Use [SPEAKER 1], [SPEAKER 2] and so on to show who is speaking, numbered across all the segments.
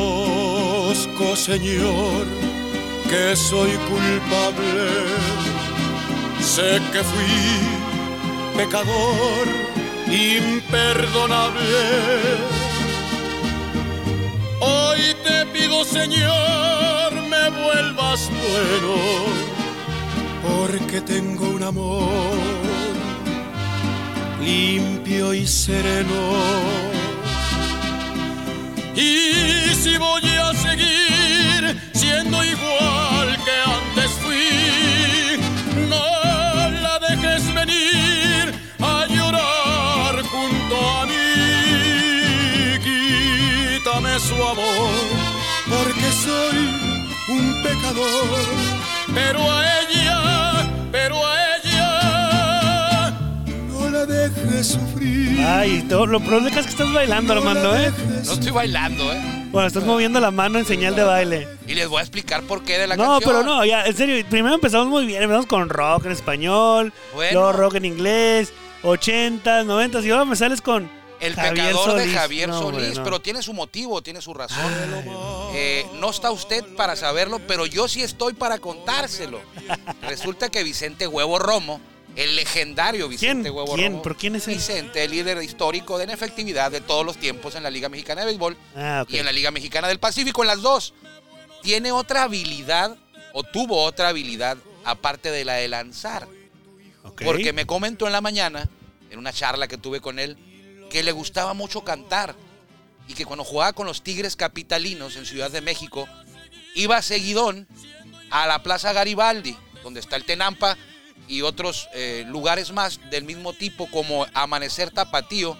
[SPEAKER 1] Reconozco, Señor, que soy culpable. Sé que fui pecador imperdonable. Hoy te pido, Señor, me vuelvas bueno, porque tengo un amor limpio y sereno. Y si voy a seguir siendo igual que antes fui, no la dejes venir a llorar junto a mí. Quítame su amor, porque soy un pecador, pero a ella, pero a ella, no la dejes sufrir.
[SPEAKER 2] Ay, todo, lo problema es que estás bailando,
[SPEAKER 1] No la
[SPEAKER 2] Armando, ¿eh?
[SPEAKER 1] dejes
[SPEAKER 3] No estoy bailando, ¿eh?
[SPEAKER 2] Bueno, estás moviendo la mano en señal de baile.
[SPEAKER 3] Y les voy a explicar por qué de la
[SPEAKER 2] No,
[SPEAKER 3] canción.
[SPEAKER 2] pero no, ya, en serio, primero empezamos muy bien, empezamos con rock en español,
[SPEAKER 3] Bueno.
[SPEAKER 2] luego rock en inglés, 80s, 90s, y ahora me sales con
[SPEAKER 3] El
[SPEAKER 2] Javier
[SPEAKER 3] pecador de
[SPEAKER 2] Solís.
[SPEAKER 3] Javier
[SPEAKER 2] No, hombre,
[SPEAKER 3] Solís,
[SPEAKER 2] no.
[SPEAKER 3] pero tiene su motivo, tiene su razón. Eh, no está usted para saberlo, pero yo sí estoy para contárselo. Resulta que Vicente Huevo Romo, el legendario Vicente
[SPEAKER 2] ¿Quién?
[SPEAKER 3] Huevo
[SPEAKER 2] ¿Quién?
[SPEAKER 3] Romo.
[SPEAKER 2] ¿Pero quién es él?
[SPEAKER 3] Vicente, el líder histórico de efectividad de todos los tiempos en la Liga Mexicana de Béisbol
[SPEAKER 2] Ah, ok.
[SPEAKER 3] y en la Liga Mexicana del Pacífico, en las dos. Tiene otra habilidad, o tuvo otra habilidad, aparte de la de lanzar.
[SPEAKER 2] ok.
[SPEAKER 3] Porque me comentó en la mañana, en una charla que tuve con él, que le gustaba mucho cantar y que cuando jugaba con los Tigres Capitalinos en Ciudad de México, iba seguidón a la Plaza Garibaldi, donde está el Tenampa y otros eh, lugares más del mismo tipo como Amanecer Tapatío.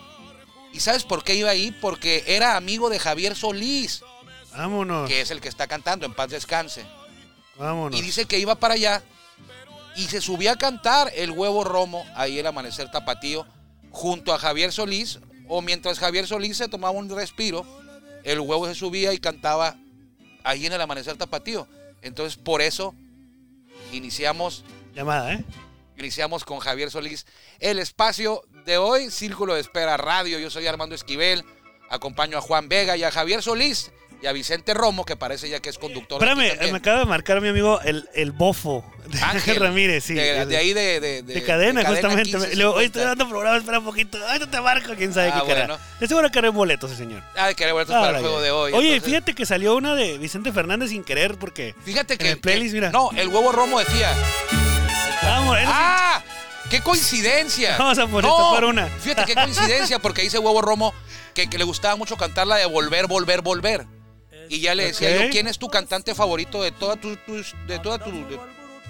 [SPEAKER 3] ¿Y sabes por qué iba ahí? Porque era amigo de Javier Solís,
[SPEAKER 2] Vámonos,
[SPEAKER 3] que es el que está cantando en paz descanse.
[SPEAKER 2] vámonos.
[SPEAKER 3] Y dice que iba para allá y se subía a cantar el huevo romo ahí el amanecer tapatío junto a Javier Solís. O mientras Javier Solís se tomaba un respiro, el huevo se subía y cantaba ahí en el amanecer tapatío. Entonces por eso iniciamos,
[SPEAKER 2] Llamada, ¿eh?
[SPEAKER 3] iniciamos con Javier Solís el espacio de hoy, Círculo de Espera Radio. Yo soy Armando Esquivel, acompaño a Juan Vega y a Javier Solís y a Vicente Romo, que parece ya que es conductor. aquí
[SPEAKER 2] Espérame, eh,
[SPEAKER 3] también. Ah,
[SPEAKER 2] me acaba de marcar mi amigo el, el bofo de Ángel Ramírez, sí.
[SPEAKER 3] De,
[SPEAKER 2] el-
[SPEAKER 3] de ahí de, de,
[SPEAKER 2] de cadena, justamente.
[SPEAKER 3] 15,
[SPEAKER 2] Le digo,
[SPEAKER 3] 50.
[SPEAKER 2] oye, estoy dando programa, espera un poquito. Ay, no te marco, quién sabe
[SPEAKER 3] Ah,
[SPEAKER 2] qué cara.
[SPEAKER 3] bueno.
[SPEAKER 2] De seguro que haré boletos, ese señor.
[SPEAKER 3] Ah, quería boletos para
[SPEAKER 2] Ahora
[SPEAKER 3] el juego
[SPEAKER 2] ya.
[SPEAKER 3] de hoy.
[SPEAKER 2] Oye,
[SPEAKER 3] entonces-
[SPEAKER 2] fíjate que salió una de Vicente Fernández sin querer porque...
[SPEAKER 3] Fíjate que.
[SPEAKER 2] en el playlist,
[SPEAKER 3] que-
[SPEAKER 2] mira.
[SPEAKER 3] No, el huevo romo decía.
[SPEAKER 2] Vamos, él-
[SPEAKER 3] ¡Ah! ¡Qué coincidencia!
[SPEAKER 2] Vamos a poner- tapar una.
[SPEAKER 3] Fíjate qué coincidencia, porque dice Huevo Romo que, que le gustaba mucho cantar la de volver, volver, volver. Y ya le decía
[SPEAKER 2] Ok.
[SPEAKER 3] yo, ¿quién es tu cantante favorito de toda tu, tus- de toda tu de,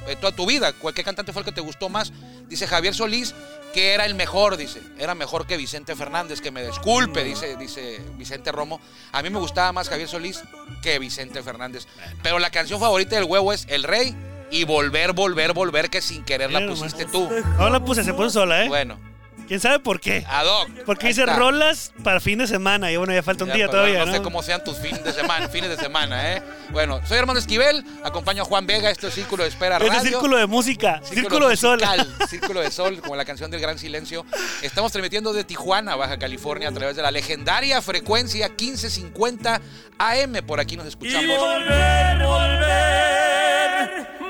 [SPEAKER 3] de toda tu vida? ¿Cuál qué cantante fue el que te gustó más? Dice Javier Solís que era el mejor, dice. Era mejor que Vicente Fernández, que me disculpe, dice, dice Vicente Romo. A mí me gustaba más Javier Solís que Vicente Fernández. Pero la canción favorita del huevo es El Rey y Volver, Volver, Volver, que sin querer la
[SPEAKER 2] Mira
[SPEAKER 3] pusiste tú.
[SPEAKER 2] nomás. No la puse, se puso sola, ¿eh?
[SPEAKER 3] Bueno,
[SPEAKER 2] ¿Quién sabe por qué?
[SPEAKER 3] ad hoc.
[SPEAKER 2] Porque
[SPEAKER 3] Ahí
[SPEAKER 2] dice
[SPEAKER 3] está.
[SPEAKER 2] rolas para fin de semana. Y bueno, ya falta un
[SPEAKER 3] Ya,
[SPEAKER 2] día
[SPEAKER 3] pues,
[SPEAKER 2] todavía,
[SPEAKER 3] bueno,
[SPEAKER 2] ¿no?
[SPEAKER 3] No sé cómo sean tus fines de semana, fines de semana, ¿eh? Bueno, soy Armando Esquivel, acompaño a Juan Vega, este es Círculo de Espera
[SPEAKER 2] Este
[SPEAKER 3] Radio.
[SPEAKER 2] círculo de música, círculo, de sol.
[SPEAKER 3] musical, Círculo de Sol, como la canción del Gran Silencio. Estamos transmitiendo de Tijuana, Baja California, a través de la legendaria frecuencia 1550 AM. Por aquí nos escuchamos.
[SPEAKER 4] volver, volver, volver.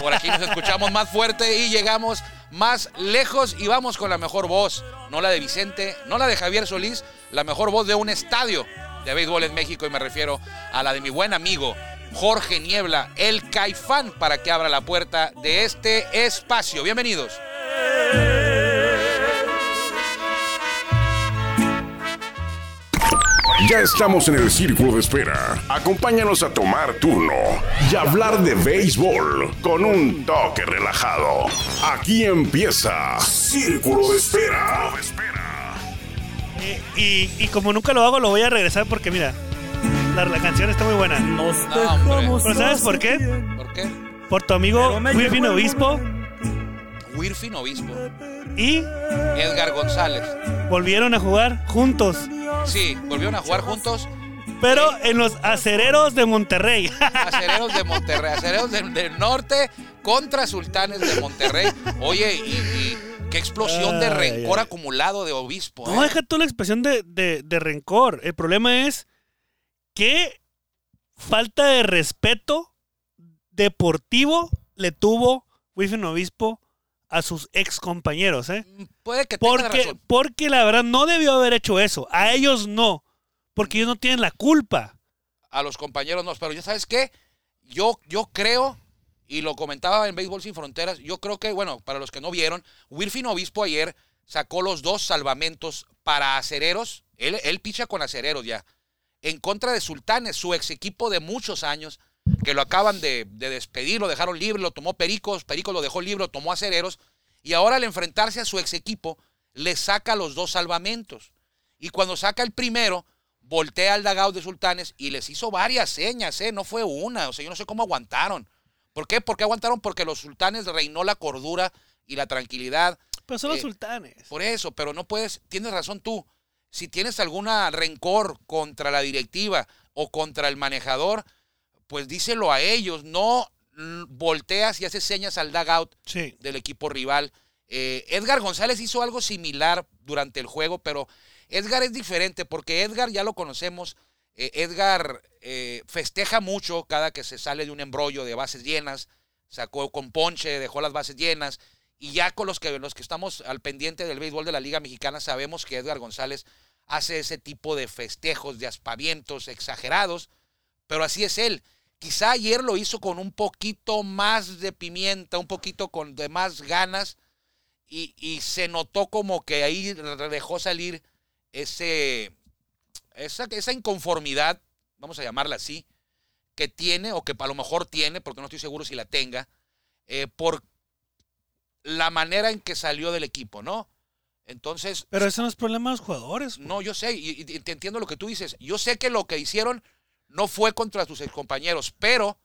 [SPEAKER 3] Por aquí nos escuchamos más fuerte y llegamos más lejos y vamos con la mejor voz. No la de Vicente, no la de Javier Solís, la mejor voz de un estadio de béisbol en México y me refiero a la de mi buen amigo Jorge Niebla, el caifán, para que abra la puerta de este espacio. Bienvenidos.
[SPEAKER 5] Ya estamos en el círculo de espera. Acompáñanos a tomar turno y hablar de béisbol con un toque relajado. Aquí empieza Círculo de Espera.
[SPEAKER 2] Eh, Y, y como nunca lo hago, lo voy a regresar porque mira, la, la canción está muy buena.
[SPEAKER 4] Nos
[SPEAKER 3] No, hombre.
[SPEAKER 4] dejamos.
[SPEAKER 2] Pero ¿sabes por qué?
[SPEAKER 4] hace
[SPEAKER 3] ¿Por qué?
[SPEAKER 2] Por tu amigo
[SPEAKER 4] Pero me
[SPEAKER 2] Wilfin
[SPEAKER 4] llegó el
[SPEAKER 2] Obispo
[SPEAKER 3] Wirfin Obispo,
[SPEAKER 2] y
[SPEAKER 3] Edgar González.
[SPEAKER 2] volvieron a jugar juntos.
[SPEAKER 3] Sí, volvieron a jugar juntos.
[SPEAKER 2] Pero en los acereros de Monterrey.
[SPEAKER 3] Acereros de Monterrey, Acereros del, del Norte contra Sultanes de Monterrey. Oye, y, y Qué explosión de
[SPEAKER 2] Ay,
[SPEAKER 3] rencor
[SPEAKER 2] ay.
[SPEAKER 3] acumulado de obispo.
[SPEAKER 2] No,
[SPEAKER 3] ¿eh?
[SPEAKER 2] deja tú la expresión de, de- de rencor. El problema es qué falta de respeto deportivo le tuvo Wilfred Obispo a sus ex compañeros, ¿eh?
[SPEAKER 3] Puede que tengas
[SPEAKER 2] Porque,
[SPEAKER 3] Mm, razón.
[SPEAKER 2] porque la verdad no debió haber hecho eso. A ellos no. Porque ellos no tienen la culpa.
[SPEAKER 3] A los compañeros no, pero yo sabes qué, yo, yo creo, y lo comentaba en Béisbol Sin Fronteras, yo creo que, bueno, para los que no vieron, Wilfin Obispo ayer sacó los dos salvamentos para acereros. Él, él picha con acereros ya. En contra de Sultanes, su ex equipo de muchos años, que lo acaban de, de despedir, lo dejaron libre, lo tomó Pericos, Pericos lo dejó libre, lo tomó acereros, y ahora al enfrentarse a su ex equipo, le saca los dos salvamentos. Y cuando saca el primero, voltea al dagao de Sultanes y les hizo varias señas, ¿eh? No fue una, o sea, yo no sé cómo aguantaron. ¿Por qué? ¿Por qué aguantaron? Porque los Sultanes reinó la cordura y la tranquilidad.
[SPEAKER 2] Pero son los
[SPEAKER 3] Eh,
[SPEAKER 2] sultanes.
[SPEAKER 3] Por eso, pero no puedes, tienes razón tú. Si tienes alguna rencor contra la directiva o contra el manejador, pues díselo a ellos, no mm, volteas y haces señas al dugout
[SPEAKER 2] Sí.
[SPEAKER 3] del equipo rival. Eh, Edgar González hizo algo similar durante el juego, pero Edgar es diferente porque Edgar ya lo conocemos. Eh, Edgar eh, festeja mucho cada que se sale de un embrollo de bases llenas, sacó con ponche, dejó las bases llenas. Y ya con los que, los que estamos al pendiente del béisbol de la Liga Mexicana sabemos que Edgar González hace ese tipo de festejos, de aspavientos exagerados, pero así es él. Quizá ayer lo hizo con un poquito más de pimienta, un poquito con de más ganas, y, y se notó como que ahí re- dejó salir ese, esa, esa inconformidad, vamos a llamarla así, que tiene, o que a lo mejor tiene, porque no estoy seguro si la tenga, eh, por la manera en que salió del equipo, ¿no? Entonces,
[SPEAKER 2] Pero eso no es problema de los jugadores.
[SPEAKER 3] no, yo sé, y, y te entiendo lo que tú dices. Yo sé que lo que hicieron no fue contra tus compañeros, pero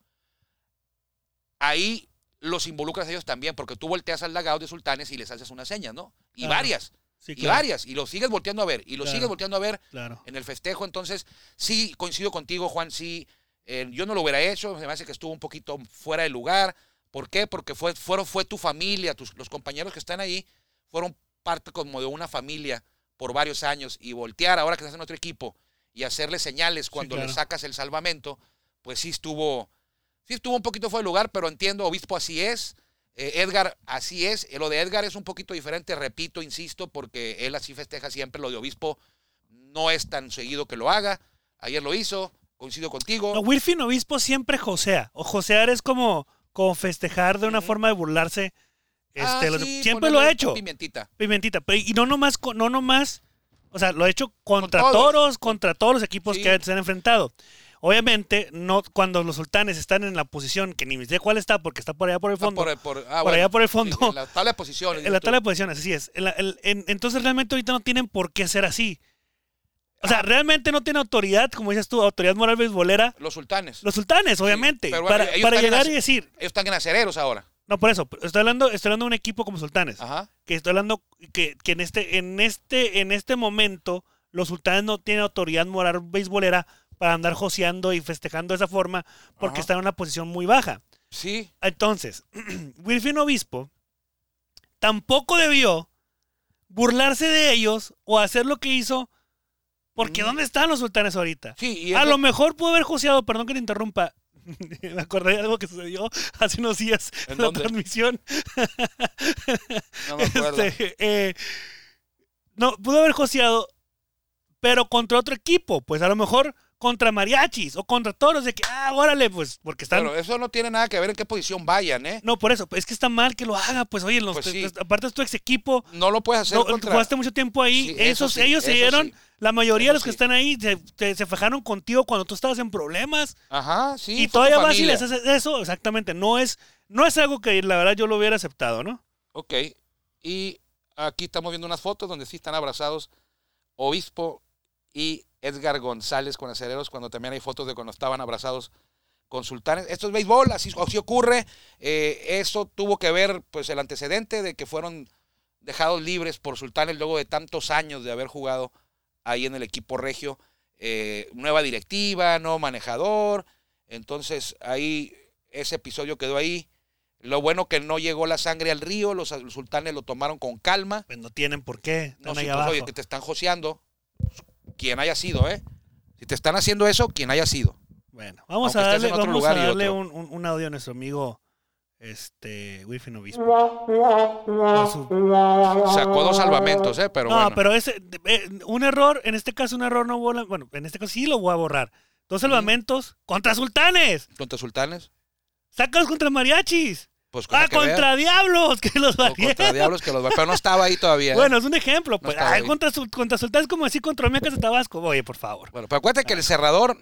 [SPEAKER 3] ahí los involucras a ellos también, porque tú volteas al lagado de sultanes y les haces unas señas, ¿no? Y
[SPEAKER 2] Claro.
[SPEAKER 3] varias,
[SPEAKER 2] Sí,
[SPEAKER 3] y varias, y los sigues volteando a ver, y los
[SPEAKER 2] Claro.
[SPEAKER 3] sigues volteando a ver
[SPEAKER 2] Claro.
[SPEAKER 3] en el festejo. Entonces, sí, coincido contigo, Juan, sí, eh, yo no lo hubiera hecho, se me hace que estuvo un poquito fuera de lugar. ¿Por qué? Porque fue, fueron, fue tu familia, tus, los compañeros que están ahí fueron parte como de una familia por varios años y voltear ahora que estás en otro equipo y hacerle señales cuando le
[SPEAKER 2] claro.
[SPEAKER 3] sacas el salvamento, pues sí estuvo, sí estuvo un poquito fuera de lugar, pero entiendo, Obispo, así es. Eh, Edgar, así es. Eh, Lo de Edgar es un poquito diferente, repito, insisto, porque él así festeja siempre. Lo de Obispo no es tan seguido que lo haga. Ayer lo hizo, coincido contigo.
[SPEAKER 2] No, Wilfin Obispo siempre josea. O josear es como, como festejar de una
[SPEAKER 3] Ujú.
[SPEAKER 2] forma de burlarse.
[SPEAKER 3] Ah,
[SPEAKER 2] Este, lo-
[SPEAKER 3] sí,
[SPEAKER 2] siempre lo ha
[SPEAKER 3] ponerle
[SPEAKER 2] hecho.
[SPEAKER 3] Pimentita.
[SPEAKER 2] Pimentita. Pero, y no nomás, co- no nomás, o sea, lo ha hecho contra
[SPEAKER 3] Con todos.
[SPEAKER 2] toros, contra todos los equipos
[SPEAKER 3] Sí.
[SPEAKER 2] que se han enfrentado. Obviamente, no cuando los sultanes están en la posición que ni me sé cuál está, porque está por allá por el
[SPEAKER 3] Ah,
[SPEAKER 2] fondo.
[SPEAKER 3] por, por- ah,
[SPEAKER 2] Por allá por el
[SPEAKER 3] sí,
[SPEAKER 2] fondo.
[SPEAKER 3] en la tabla de posiciones.
[SPEAKER 2] en la
[SPEAKER 3] dices tú.
[SPEAKER 2] tabla de posiciones, así es. En la- el- en- entonces, realmente ahorita no tienen por qué ser así. O
[SPEAKER 3] Ah.
[SPEAKER 2] sea, realmente no tiene autoridad, como dices tú, autoridad moral beisbolera.
[SPEAKER 3] Los sultanes.
[SPEAKER 2] Los sultanes, obviamente.
[SPEAKER 3] pero bueno,
[SPEAKER 2] para
[SPEAKER 3] ellos
[SPEAKER 2] para
[SPEAKER 3] también
[SPEAKER 2] llegar
[SPEAKER 3] hacen-
[SPEAKER 2] y decir,
[SPEAKER 3] Ellos están en acereros ahora.
[SPEAKER 2] no, por eso, estoy hablando, estoy hablando de un equipo como sultanes.
[SPEAKER 3] Ajá.
[SPEAKER 2] Que estoy hablando que, que en este, en este, en este momento, los sultanes no tienen autoridad moral beisbolera para andar joseando y festejando de esa forma, porque
[SPEAKER 3] Ajá.
[SPEAKER 2] están en una posición muy baja.
[SPEAKER 3] Sí.
[SPEAKER 2] Entonces, Wilfin Obispo tampoco debió burlarse de ellos o hacer lo que hizo, porque
[SPEAKER 3] Mm.
[SPEAKER 2] ¿dónde están los sultanes ahorita?
[SPEAKER 3] Sí, y eso-
[SPEAKER 2] A Ah, lo mejor pudo haber joseado, perdón que te interrumpa. Me acordé de algo que sucedió hace unos días
[SPEAKER 3] ¿En
[SPEAKER 2] en la
[SPEAKER 3] dónde?
[SPEAKER 2] transmisión.
[SPEAKER 3] no me acuerdo.
[SPEAKER 2] Este, eh, no, pudo haber joseado, pero contra otro equipo. Pues a lo mejor contra mariachis o contra toros. De que, ah, órale, pues, porque están.
[SPEAKER 3] Pero eso no tiene nada que ver en qué posición vayan, ¿eh?
[SPEAKER 2] No, por eso, pues, es que está mal que lo haga. Pues oye, los,
[SPEAKER 3] Pues sí.
[SPEAKER 2] aparte es tu ex equipo.
[SPEAKER 3] No lo puedes hacer
[SPEAKER 2] no,
[SPEAKER 3] contra.
[SPEAKER 2] Jugaste mucho tiempo ahí.
[SPEAKER 3] Sí, eso
[SPEAKER 2] Esos,
[SPEAKER 3] sí,
[SPEAKER 2] ellos se
[SPEAKER 3] eso
[SPEAKER 2] dieron.
[SPEAKER 3] sí.
[SPEAKER 2] La mayoría
[SPEAKER 3] Eso
[SPEAKER 2] de los que
[SPEAKER 3] sí.
[SPEAKER 2] están ahí se, te- se fajaron contigo cuando tú estabas en problemas.
[SPEAKER 3] Ajá, sí.
[SPEAKER 2] y
[SPEAKER 3] fue tu
[SPEAKER 2] todavía vas y
[SPEAKER 3] familia.
[SPEAKER 2] les haces eso, exactamente. No es, no es algo que la verdad yo lo hubiera aceptado, ¿no?
[SPEAKER 3] Ok. Y aquí estamos viendo unas fotos donde sí están abrazados Obispo y Edgar González con acereros, cuando también hay fotos de cuando estaban abrazados con sultanes. Esto es béisbol, así, así ocurre. Eh, eso tuvo que ver, pues, el antecedente de que fueron dejados libres por sultanes luego de tantos años de haber jugado ahí en el equipo regio. Eh, nueva directiva, nuevo manejador. Entonces, ahí ese episodio quedó ahí. Lo bueno que no llegó la sangre al río, los a- los sultanes lo tomaron con calma.
[SPEAKER 2] Pues no tienen por qué.
[SPEAKER 3] No,
[SPEAKER 2] Están
[SPEAKER 3] si
[SPEAKER 2] ahí
[SPEAKER 3] tú
[SPEAKER 2] abajo.
[SPEAKER 3] oye, que te están joseando, quien haya sido, ¿eh? Si te están haciendo eso, quien haya sido.
[SPEAKER 2] Bueno, vamos
[SPEAKER 3] aunque
[SPEAKER 2] a
[SPEAKER 3] estés
[SPEAKER 2] darle,
[SPEAKER 3] en otro
[SPEAKER 2] vamos
[SPEAKER 3] lugar
[SPEAKER 2] a
[SPEAKER 3] y
[SPEAKER 2] darle
[SPEAKER 3] otro.
[SPEAKER 2] un, un- un audio a nuestro amigo este, Wifi Novispo. Con su-
[SPEAKER 3] Sacó dos salvamentos, ¿eh? Pero
[SPEAKER 2] no,
[SPEAKER 3] bueno.
[SPEAKER 2] pero ese, eh, un error, en este caso un error no vola. Bueno, en este caso sí lo voy a borrar. Dos salvamentos contra sultanes.
[SPEAKER 3] ¿Contra sultanes?
[SPEAKER 2] Sácalos contra mariachis.
[SPEAKER 3] Pues cosa
[SPEAKER 2] Ah,
[SPEAKER 3] que vea.
[SPEAKER 2] contra diablos, que los
[SPEAKER 3] O contra
[SPEAKER 2] valieron.
[SPEAKER 3] diablos que los va. Pero no estaba ahí todavía. ¿eh?
[SPEAKER 2] Bueno, es un ejemplo. Pues,
[SPEAKER 3] estaba
[SPEAKER 2] Ah,
[SPEAKER 3] ahí.
[SPEAKER 2] contra, sul- contra sultanes como así contra Olmecas de Tabasco. Oye, por favor.
[SPEAKER 3] Bueno, pero acuérdate que el cerrador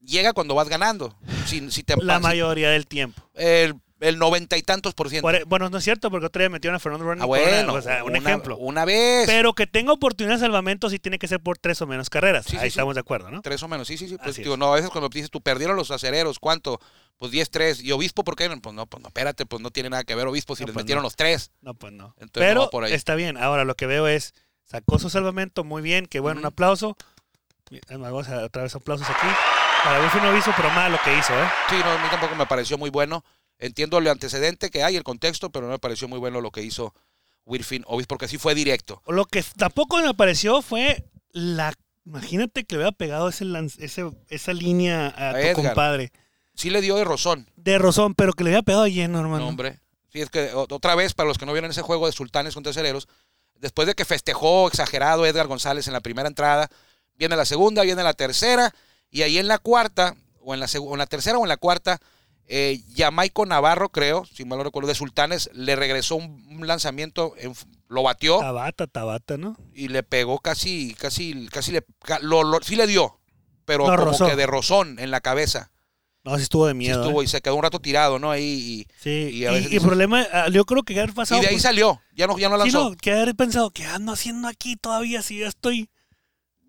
[SPEAKER 3] llega cuando vas ganando. Si, si te
[SPEAKER 2] La
[SPEAKER 3] pasas-
[SPEAKER 2] mayoría del tiempo.
[SPEAKER 3] El el noventa y tantos por ciento.
[SPEAKER 2] Cuare- Bueno, no es cierto, porque otra vez metieron a Fernando Rodríguez.
[SPEAKER 3] Ah, bueno.
[SPEAKER 2] o sea, un
[SPEAKER 3] una- pues.
[SPEAKER 2] ejemplo.
[SPEAKER 3] Una vez.
[SPEAKER 2] Pero que tenga oportunidad de salvamento sí tiene que ser por tres o menos carreras.
[SPEAKER 3] Sí, sí,
[SPEAKER 2] Ahí
[SPEAKER 3] sí.
[SPEAKER 2] estamos de acuerdo, ¿no?
[SPEAKER 3] Tres o menos, sí, sí, sí. Pues,
[SPEAKER 2] Así
[SPEAKER 3] digo,
[SPEAKER 2] es.
[SPEAKER 3] no, a veces cuando dices tú perdieron los acereros, ¿cuánto? Pues 10-3. ¿Y obispo por qué? Pues no, pues no, espérate, pues no tiene nada que ver obispo si
[SPEAKER 2] No,
[SPEAKER 3] les
[SPEAKER 2] pues
[SPEAKER 3] metieron
[SPEAKER 2] no.
[SPEAKER 3] los tres.
[SPEAKER 2] No, pues no.
[SPEAKER 3] Entonces, no
[SPEAKER 2] Pero
[SPEAKER 3] va por ahí.
[SPEAKER 2] está bien. Ahora lo que veo es, sacó su salvamento muy bien, que bueno, un
[SPEAKER 3] Ujú.
[SPEAKER 2] aplauso. ah, Es más, Vamos a otra vez aplausos aquí. Para Wifi no hizo, pero mal lo que hizo, ¿eh?
[SPEAKER 3] Sí, no, a mí tampoco me pareció muy bueno. Entiendo el antecedente que hay, el contexto, pero no me pareció muy bueno lo que hizo Wilfin Obispo, porque sí fue directo.
[SPEAKER 2] Lo que tampoco me pareció fue la... Imagínate que le hubiera pegado ese lanz- ese- esa línea a,
[SPEAKER 3] A
[SPEAKER 2] tu
[SPEAKER 3] Edgar.
[SPEAKER 2] compadre.
[SPEAKER 3] Sí le dio de rozón.
[SPEAKER 2] De rozón, pero que le hubiera pegado lleno, hermano.
[SPEAKER 3] No, hombre. Sí, es que o- otra vez, para los que no vieron ese juego de sultanes con tercereros, después de que festejó exagerado Edgar González en la primera entrada, viene la segunda, viene la tercera, y ahí en la cuarta, o en la, segu- o en la tercera o en la cuarta, eh, Jamaico Navarro, creo, si mal no recuerdo, de Sultanes, le regresó un, un lanzamiento, en f- lo batió
[SPEAKER 2] Tabata, tabata, ¿no?
[SPEAKER 3] y le pegó casi, casi, casi le, ca- lo, lo- sí le dio, pero
[SPEAKER 2] Lo
[SPEAKER 3] como
[SPEAKER 2] rozó.
[SPEAKER 3] que de rozón en la cabeza.
[SPEAKER 2] No, sí estuvo de
[SPEAKER 3] Sí
[SPEAKER 2] miedo.
[SPEAKER 3] estuvo
[SPEAKER 2] ¿eh?
[SPEAKER 3] y se quedó un rato tirado, ¿no? Ahí,
[SPEAKER 2] Sí,
[SPEAKER 3] y
[SPEAKER 2] y,
[SPEAKER 3] a veces
[SPEAKER 2] y
[SPEAKER 3] dices-
[SPEAKER 2] problema, ah, yo creo que haber
[SPEAKER 3] y, y
[SPEAKER 2] pasado
[SPEAKER 3] de ahí
[SPEAKER 2] por-
[SPEAKER 3] salió, ya no, ya no
[SPEAKER 2] pues. Sí,
[SPEAKER 3] lanzó.
[SPEAKER 2] no, que haber pensado, ¿qué ando haciendo aquí todavía si ya estoy?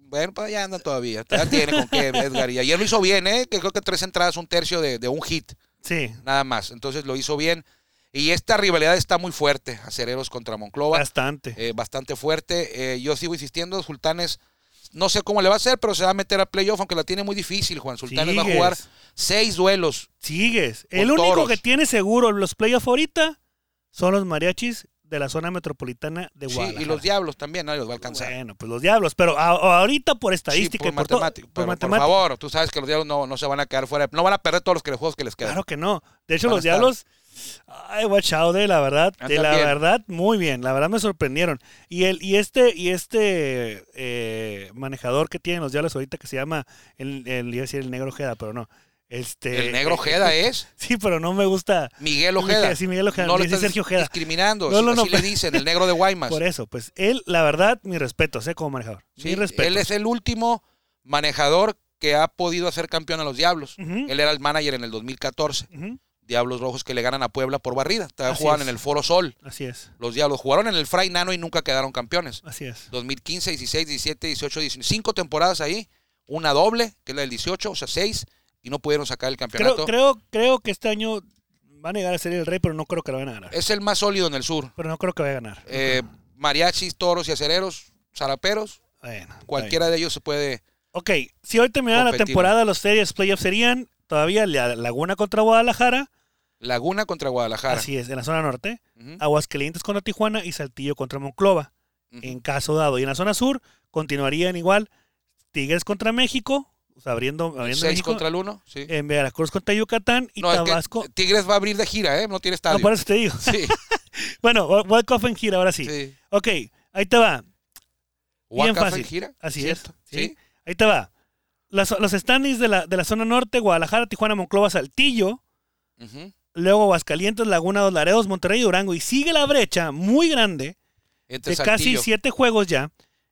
[SPEAKER 3] Bueno, pues ya andan todavía. Ya tiene con qué, Edgar. Y ayer lo hizo bien, ¿eh? Que creo que tres entradas, un tercio de, de un hit,
[SPEAKER 2] Sí,
[SPEAKER 3] nada más. Entonces lo hizo bien. Y esta rivalidad está muy fuerte. Acereros contra Monclova.
[SPEAKER 2] bastante.
[SPEAKER 3] eh, bastante fuerte. Eh, yo sigo insistiendo, Sultanes. No sé cómo le va a hacer, pero se va a meter a playoff, aunque la tiene muy difícil, Juan. Sultanes va a
[SPEAKER 2] Sigues.
[SPEAKER 3] jugar seis duelos.
[SPEAKER 2] Sigues.
[SPEAKER 3] con
[SPEAKER 2] El único
[SPEAKER 3] toros.
[SPEAKER 2] que tiene seguro los playoffs ahorita son los mariachis de la zona metropolitana de
[SPEAKER 3] Sí,
[SPEAKER 2] Guadalajara.
[SPEAKER 3] y los diablos también, nadie los va a alcanzar.
[SPEAKER 2] Bueno, pues los diablos, pero a- ahorita por
[SPEAKER 3] Sí,
[SPEAKER 2] estadística
[SPEAKER 3] por
[SPEAKER 2] y por, todo-
[SPEAKER 3] matemática,
[SPEAKER 2] por
[SPEAKER 3] pero por
[SPEAKER 2] matemática,
[SPEAKER 3] favor, tú sabes que los diablos no, no se van a quedar fuera. No van a perder todos los que- los juegos que les quedan.
[SPEAKER 2] Claro que no. De hecho,
[SPEAKER 3] Van a
[SPEAKER 2] los
[SPEAKER 3] estar.
[SPEAKER 2] diablos, ay, watch out, eh, la verdad, de
[SPEAKER 3] Andan
[SPEAKER 2] la
[SPEAKER 3] bien.
[SPEAKER 2] verdad, muy bien, la verdad me sorprendieron. Y el, y este, y este eh, manejador que tienen los diablos ahorita que se llama el, el iba a decir el negro Ojeda, pero no. Este,
[SPEAKER 3] El negro Ojeda es.
[SPEAKER 2] Sí, pero no me gusta.
[SPEAKER 3] Miguel Ojeda.
[SPEAKER 2] Sí, Miguel Ojeda,
[SPEAKER 3] No
[SPEAKER 2] le
[SPEAKER 3] lo
[SPEAKER 2] dice
[SPEAKER 3] estás
[SPEAKER 2] Sergio Ojeda.
[SPEAKER 3] discriminando.
[SPEAKER 2] No, no,
[SPEAKER 3] así
[SPEAKER 2] no,
[SPEAKER 3] le
[SPEAKER 2] pero-
[SPEAKER 3] dicen, el negro de Guaymas.
[SPEAKER 2] Por eso, pues él, la verdad, mi respeto, sé como manejador.
[SPEAKER 3] Sí,
[SPEAKER 2] mi respeto.
[SPEAKER 3] él es el último manejador que ha podido hacer campeón a los Diablos.
[SPEAKER 2] Ujú.
[SPEAKER 3] Él era el manager en el 2014.
[SPEAKER 2] Ujú,
[SPEAKER 3] Diablos Rojos que le ganan a Puebla por barrida. Todavía
[SPEAKER 2] Así
[SPEAKER 3] jugaban
[SPEAKER 2] es.
[SPEAKER 3] en el Foro Sol.
[SPEAKER 2] Así es,
[SPEAKER 3] Los Diablos jugaron en el Fray Nano y nunca quedaron campeones.
[SPEAKER 2] así es.
[SPEAKER 3] 2015, 16, 17, 18, 19. Cinco temporadas ahí. Una doble, que es la del 18, o sea, seis. Y no pudieron sacar el
[SPEAKER 2] Creo,
[SPEAKER 3] campeonato.
[SPEAKER 2] creo, creo que este año van a llegar a ser el rey, pero no creo que lo van a ganar.
[SPEAKER 3] Es el más sólido en el sur.
[SPEAKER 2] Pero no creo que vaya a ganar.
[SPEAKER 3] Eh, mariachis, toros y acereros, zaraperos.
[SPEAKER 2] Bueno, está bien.
[SPEAKER 3] Cualquiera de ellos se puede.
[SPEAKER 2] Ok, si hoy terminara la
[SPEAKER 3] Competimos.
[SPEAKER 2] temporada, los series playoffs serían todavía la Laguna contra Guadalajara,
[SPEAKER 3] Laguna contra Guadalajara.
[SPEAKER 2] así es, en la zona norte,
[SPEAKER 3] Ujú,
[SPEAKER 2] Aguascalientes contra Tijuana y Saltillo contra Monclova,
[SPEAKER 3] ujú.
[SPEAKER 2] en caso dado. Y en la zona sur continuarían igual Tigres contra México, o sea, abriendo, abriendo
[SPEAKER 3] Seis
[SPEAKER 2] México,
[SPEAKER 3] contra el uno, sí.
[SPEAKER 2] en Veracruz contra Yucatán y
[SPEAKER 3] No, es que
[SPEAKER 2] Tabasco.
[SPEAKER 3] Tigres va a abrir de gira, ¿eh? No tiene
[SPEAKER 2] No,
[SPEAKER 3] estadio.
[SPEAKER 2] por eso te digo.
[SPEAKER 3] Sí,
[SPEAKER 2] Bueno, Walkoff en gira, ahora sí.
[SPEAKER 3] sí.
[SPEAKER 2] Ok, ahí te va.
[SPEAKER 3] Huacafa en
[SPEAKER 2] fácil.
[SPEAKER 3] gira.
[SPEAKER 2] Así
[SPEAKER 3] ¿cierto?
[SPEAKER 2] es.
[SPEAKER 3] Sí.
[SPEAKER 2] ¿sí? Ahí te va. Las- los standings de la, de la zona norte, Guadalajara, Tijuana, Monclova, Saltillo.
[SPEAKER 3] Ujú.
[SPEAKER 2] luego Aguascalientes, Laguna, Dos Laredos, Monterrey y Durango. Y sigue la brecha muy grande
[SPEAKER 3] Entre
[SPEAKER 2] de casi
[SPEAKER 3] Saltillo.
[SPEAKER 2] siete juegos ya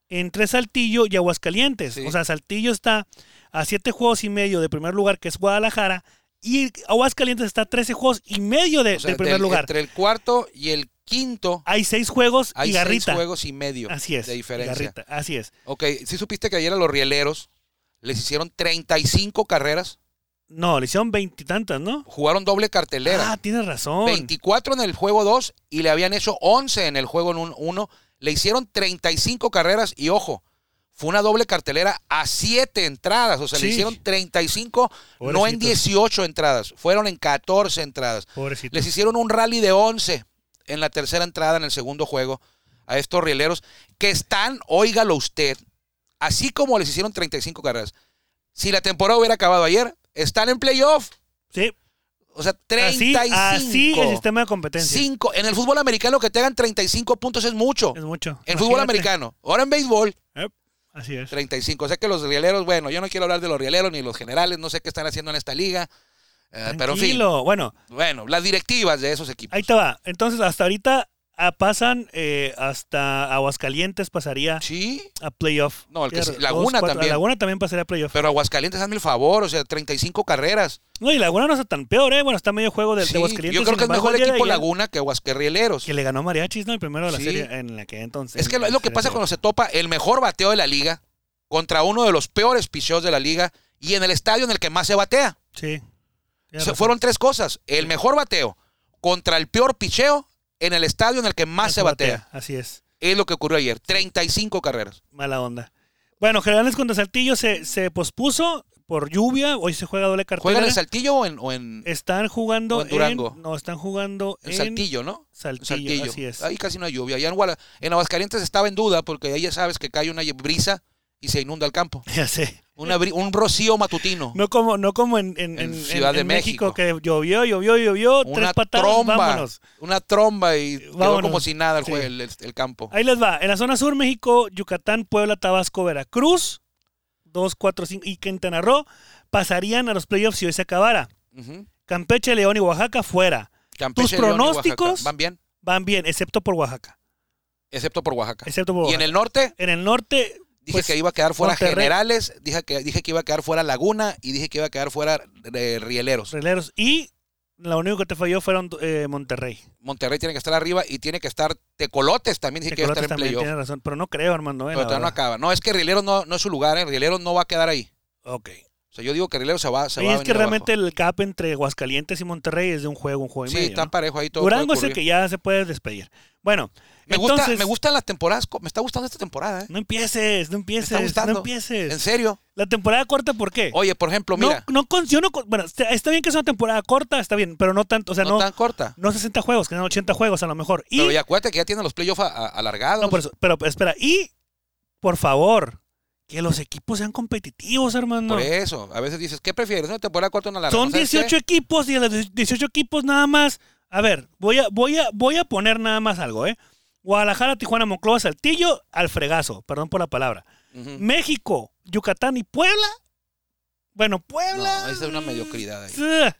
[SPEAKER 2] entre Saltillo y Aguascalientes.
[SPEAKER 3] Sí.
[SPEAKER 2] O sea, Saltillo está a siete juegos y medio de primer lugar, que es Guadalajara, y Aguascalientes está a 13 juegos y medio de,
[SPEAKER 3] O sea,
[SPEAKER 2] del primer
[SPEAKER 3] del-
[SPEAKER 2] lugar.
[SPEAKER 3] Entre el cuarto y el quinto
[SPEAKER 2] Hay seis juegos
[SPEAKER 3] hay
[SPEAKER 2] Ah, y
[SPEAKER 3] seis
[SPEAKER 2] garrita.
[SPEAKER 3] juegos y medio
[SPEAKER 2] Así es.
[SPEAKER 3] de diferencia.
[SPEAKER 2] y garrita, Así es.
[SPEAKER 3] Ok, ¿sí supiste que ayer a los rieleros les hicieron 35 carreras?
[SPEAKER 2] No, le hicieron veintitantas, ¿no?
[SPEAKER 3] Jugaron doble cartelera.
[SPEAKER 2] Ah, tienes razón.
[SPEAKER 3] 24 en el juego 2 y le habían hecho 11 en el juego 1. Le hicieron 35 carreras y ojo, Fue una doble cartelera a siete entradas. O sea,
[SPEAKER 2] Sí.
[SPEAKER 3] le hicieron 35, no en
[SPEAKER 2] Pobrecitos.
[SPEAKER 3] 18 entradas. Fueron en 14 entradas.
[SPEAKER 2] Pobrecito.
[SPEAKER 3] Les hicieron un rally de 11 en la tercera entrada, en el segundo juego, a estos rieleros que están, óigalo usted, así como les hicieron 35 carreras. Si la temporada hubiera acabado ayer, están en playoff.
[SPEAKER 2] Sí.
[SPEAKER 3] O sea,
[SPEAKER 2] Así,
[SPEAKER 3] 35.
[SPEAKER 2] así el sistema de competencia.
[SPEAKER 3] Cinco. En el fútbol americano que te hagan 35 puntos es mucho.
[SPEAKER 2] Es mucho.
[SPEAKER 3] En fútbol
[SPEAKER 2] Imagínate.
[SPEAKER 3] americano. Ahora en béisbol,
[SPEAKER 2] Yep, Así es.
[SPEAKER 3] 35. O sea que los rieleros, bueno, yo no quiero hablar de los rieleros ni los generales, no sé qué están haciendo en esta liga. Eh, pero en fin,
[SPEAKER 2] Tranquilo. Bueno,
[SPEAKER 3] bueno, las directivas de esos equipos.
[SPEAKER 2] ahí te va. Entonces, hasta ahorita ah, pasan eh, hasta Aguascalientes, pasaría
[SPEAKER 3] Sí,
[SPEAKER 2] a playoff.
[SPEAKER 3] No, el que
[SPEAKER 2] Fíjate,
[SPEAKER 3] sí, Laguna
[SPEAKER 2] a
[SPEAKER 3] también.
[SPEAKER 2] Laguna también pasaría a playoff.
[SPEAKER 3] pero Aguascalientes, hazme el favor, o sea, 35 carreras.
[SPEAKER 2] No, y Laguna no está tan peor, ¿eh? Bueno, está medio juego del
[SPEAKER 3] Sí,
[SPEAKER 2] de Aguascalientes.
[SPEAKER 3] yo creo
[SPEAKER 2] sin
[SPEAKER 3] que es
[SPEAKER 2] embargo,
[SPEAKER 3] mejor
[SPEAKER 2] el día de
[SPEAKER 3] equipo
[SPEAKER 2] ayer,
[SPEAKER 3] Laguna que Aguascarrieleros.
[SPEAKER 2] Que le ganó Mariachis, ¿no? El primero de la
[SPEAKER 3] Sí.
[SPEAKER 2] serie en la que entonces.
[SPEAKER 3] Es que lo- es lo que pasa cuando se topa el mejor bateo de la liga contra uno de los peores picheos de la liga y en el estadio en el que más se batea.
[SPEAKER 2] Sí.
[SPEAKER 3] Se fueron tres cosas. El mejor bateo contra el peor picheo en el estadio en el que más se batea.
[SPEAKER 2] Así es.
[SPEAKER 3] Es lo que ocurrió ayer. 35 carreras.
[SPEAKER 2] Mala onda. Bueno, Generales contra Saltillo se, se pospuso por lluvia. Hoy se juega doble cartera.
[SPEAKER 3] ¿Juegan en el Saltillo o en, o en-
[SPEAKER 2] Están jugando
[SPEAKER 3] o en Durango?
[SPEAKER 2] no, están jugando
[SPEAKER 3] en
[SPEAKER 2] en
[SPEAKER 3] Saltillo, no? En
[SPEAKER 2] Saltillo, así es.
[SPEAKER 3] Ahí casi no hay lluvia. Allá en, Guala- en Aguascalientes estaba en duda porque ahí ya sabes que cae una brisa y se inunda el campo.
[SPEAKER 2] Ya sé.
[SPEAKER 3] Una bri- un rocío matutino.
[SPEAKER 2] No como, no como en, en-
[SPEAKER 3] En
[SPEAKER 2] en-
[SPEAKER 3] Ciudad
[SPEAKER 2] en-
[SPEAKER 3] de
[SPEAKER 2] en México,
[SPEAKER 3] México.
[SPEAKER 2] que llovió, llovió, llovió,
[SPEAKER 3] una
[SPEAKER 2] tres patadas,
[SPEAKER 3] tromba.
[SPEAKER 2] vámonos.
[SPEAKER 3] Una tromba y quedó
[SPEAKER 2] Vámonos.
[SPEAKER 3] como si nada el,
[SPEAKER 2] Sí.
[SPEAKER 3] jue- el- el- el campo.
[SPEAKER 2] Ahí les va. En la zona sur, México, Yucatán, Puebla, Tabasco, Veracruz, 2, 4, 5 y Quintana Roo pasarían a los playoffs si hoy se acabara.
[SPEAKER 3] Ujú.
[SPEAKER 2] Campeche, León y Oaxaca fuera.
[SPEAKER 3] Campeche,
[SPEAKER 2] ¿Tus
[SPEAKER 3] León y Oaxaca.
[SPEAKER 2] pronósticos?
[SPEAKER 3] Van bien,
[SPEAKER 2] Van bien, excepto por Oaxaca.
[SPEAKER 3] excepto por Oaxaca.
[SPEAKER 2] Excepto
[SPEAKER 3] Y
[SPEAKER 2] por
[SPEAKER 3] en
[SPEAKER 2] Oaxaca.
[SPEAKER 3] el norte,
[SPEAKER 2] En el norte,
[SPEAKER 3] Dije
[SPEAKER 2] pues,
[SPEAKER 3] que iba a quedar fuera
[SPEAKER 2] Monterrey.
[SPEAKER 3] Generales, dije que, dije que iba a quedar fuera Laguna y dije que iba a quedar fuera eh, Rieleros.
[SPEAKER 2] Rieleros. Y la única que te falló fueron eh, Monterrey.
[SPEAKER 3] Monterrey tiene que estar arriba y tiene que estar Tecolotes también, dije que iba a
[SPEAKER 2] Tecolotes
[SPEAKER 3] estar en
[SPEAKER 2] también
[SPEAKER 3] playoff.
[SPEAKER 2] tiene razón, pero no creo, Armando. eh,
[SPEAKER 3] Pero
[SPEAKER 2] la
[SPEAKER 3] todavía no
[SPEAKER 2] verdad.
[SPEAKER 3] acaba. No, es que Rieleros no, no es su lugar, ¿eh? Rieleros no va a quedar ahí.
[SPEAKER 2] Ok.
[SPEAKER 3] O sea, yo digo que Rieleros se va, se
[SPEAKER 2] Y
[SPEAKER 3] va a
[SPEAKER 2] es que
[SPEAKER 3] venir abajo.
[SPEAKER 2] realmente el cap entre Aguascalientes y Monterrey es de un juego, un juego y
[SPEAKER 3] Sí,
[SPEAKER 2] medio.
[SPEAKER 3] está
[SPEAKER 2] ¿no?
[SPEAKER 3] parejo ahí todo. puede
[SPEAKER 2] Durango es el
[SPEAKER 3] ocurrir.
[SPEAKER 2] que ya se puede despedir. Bueno,
[SPEAKER 3] me,
[SPEAKER 2] entonces,
[SPEAKER 3] gusta, me gustan las temporadas, co- me está gustando esta temporada, ¿eh?
[SPEAKER 2] No empieces, no
[SPEAKER 3] Me
[SPEAKER 2] empieces,
[SPEAKER 3] está
[SPEAKER 2] no
[SPEAKER 3] gustando.
[SPEAKER 2] empieces.
[SPEAKER 3] En serio.
[SPEAKER 2] La temporada corta, ¿por qué?
[SPEAKER 3] Oye, por ejemplo, mira,
[SPEAKER 2] eh, no, no, con- yo no, con- bueno, está está bien que es una temporada corta, está bien, pero no tanto, o sea,
[SPEAKER 3] no,
[SPEAKER 2] no,
[SPEAKER 3] tan corta.
[SPEAKER 2] no 60 juegos, que sean 80 juegos a lo mejor. Y,
[SPEAKER 3] Pero ya acuérdate que ya tienen los playoffs a- a- alargados.
[SPEAKER 2] no, por eso, pero espera, y por favor, que los equipos sean competitivos, hermano.
[SPEAKER 3] Por eso. A veces dices, ¿qué prefieres? ¿Una temporada corta o una larga?
[SPEAKER 2] Son
[SPEAKER 3] ¿No sabes qué?
[SPEAKER 2] 18 equipos y de los 18 equipos nada más. A ver, voy a, voy a, voy a poner nada más algo, ¿eh? Guadalajara, Tijuana, Monclova, Saltillo, al fregazo, perdón por la palabra.
[SPEAKER 3] Ujú.
[SPEAKER 2] México, Yucatán y Puebla. Bueno, Puebla.
[SPEAKER 3] No, esa es una mediocridad ahí.
[SPEAKER 2] Ugh.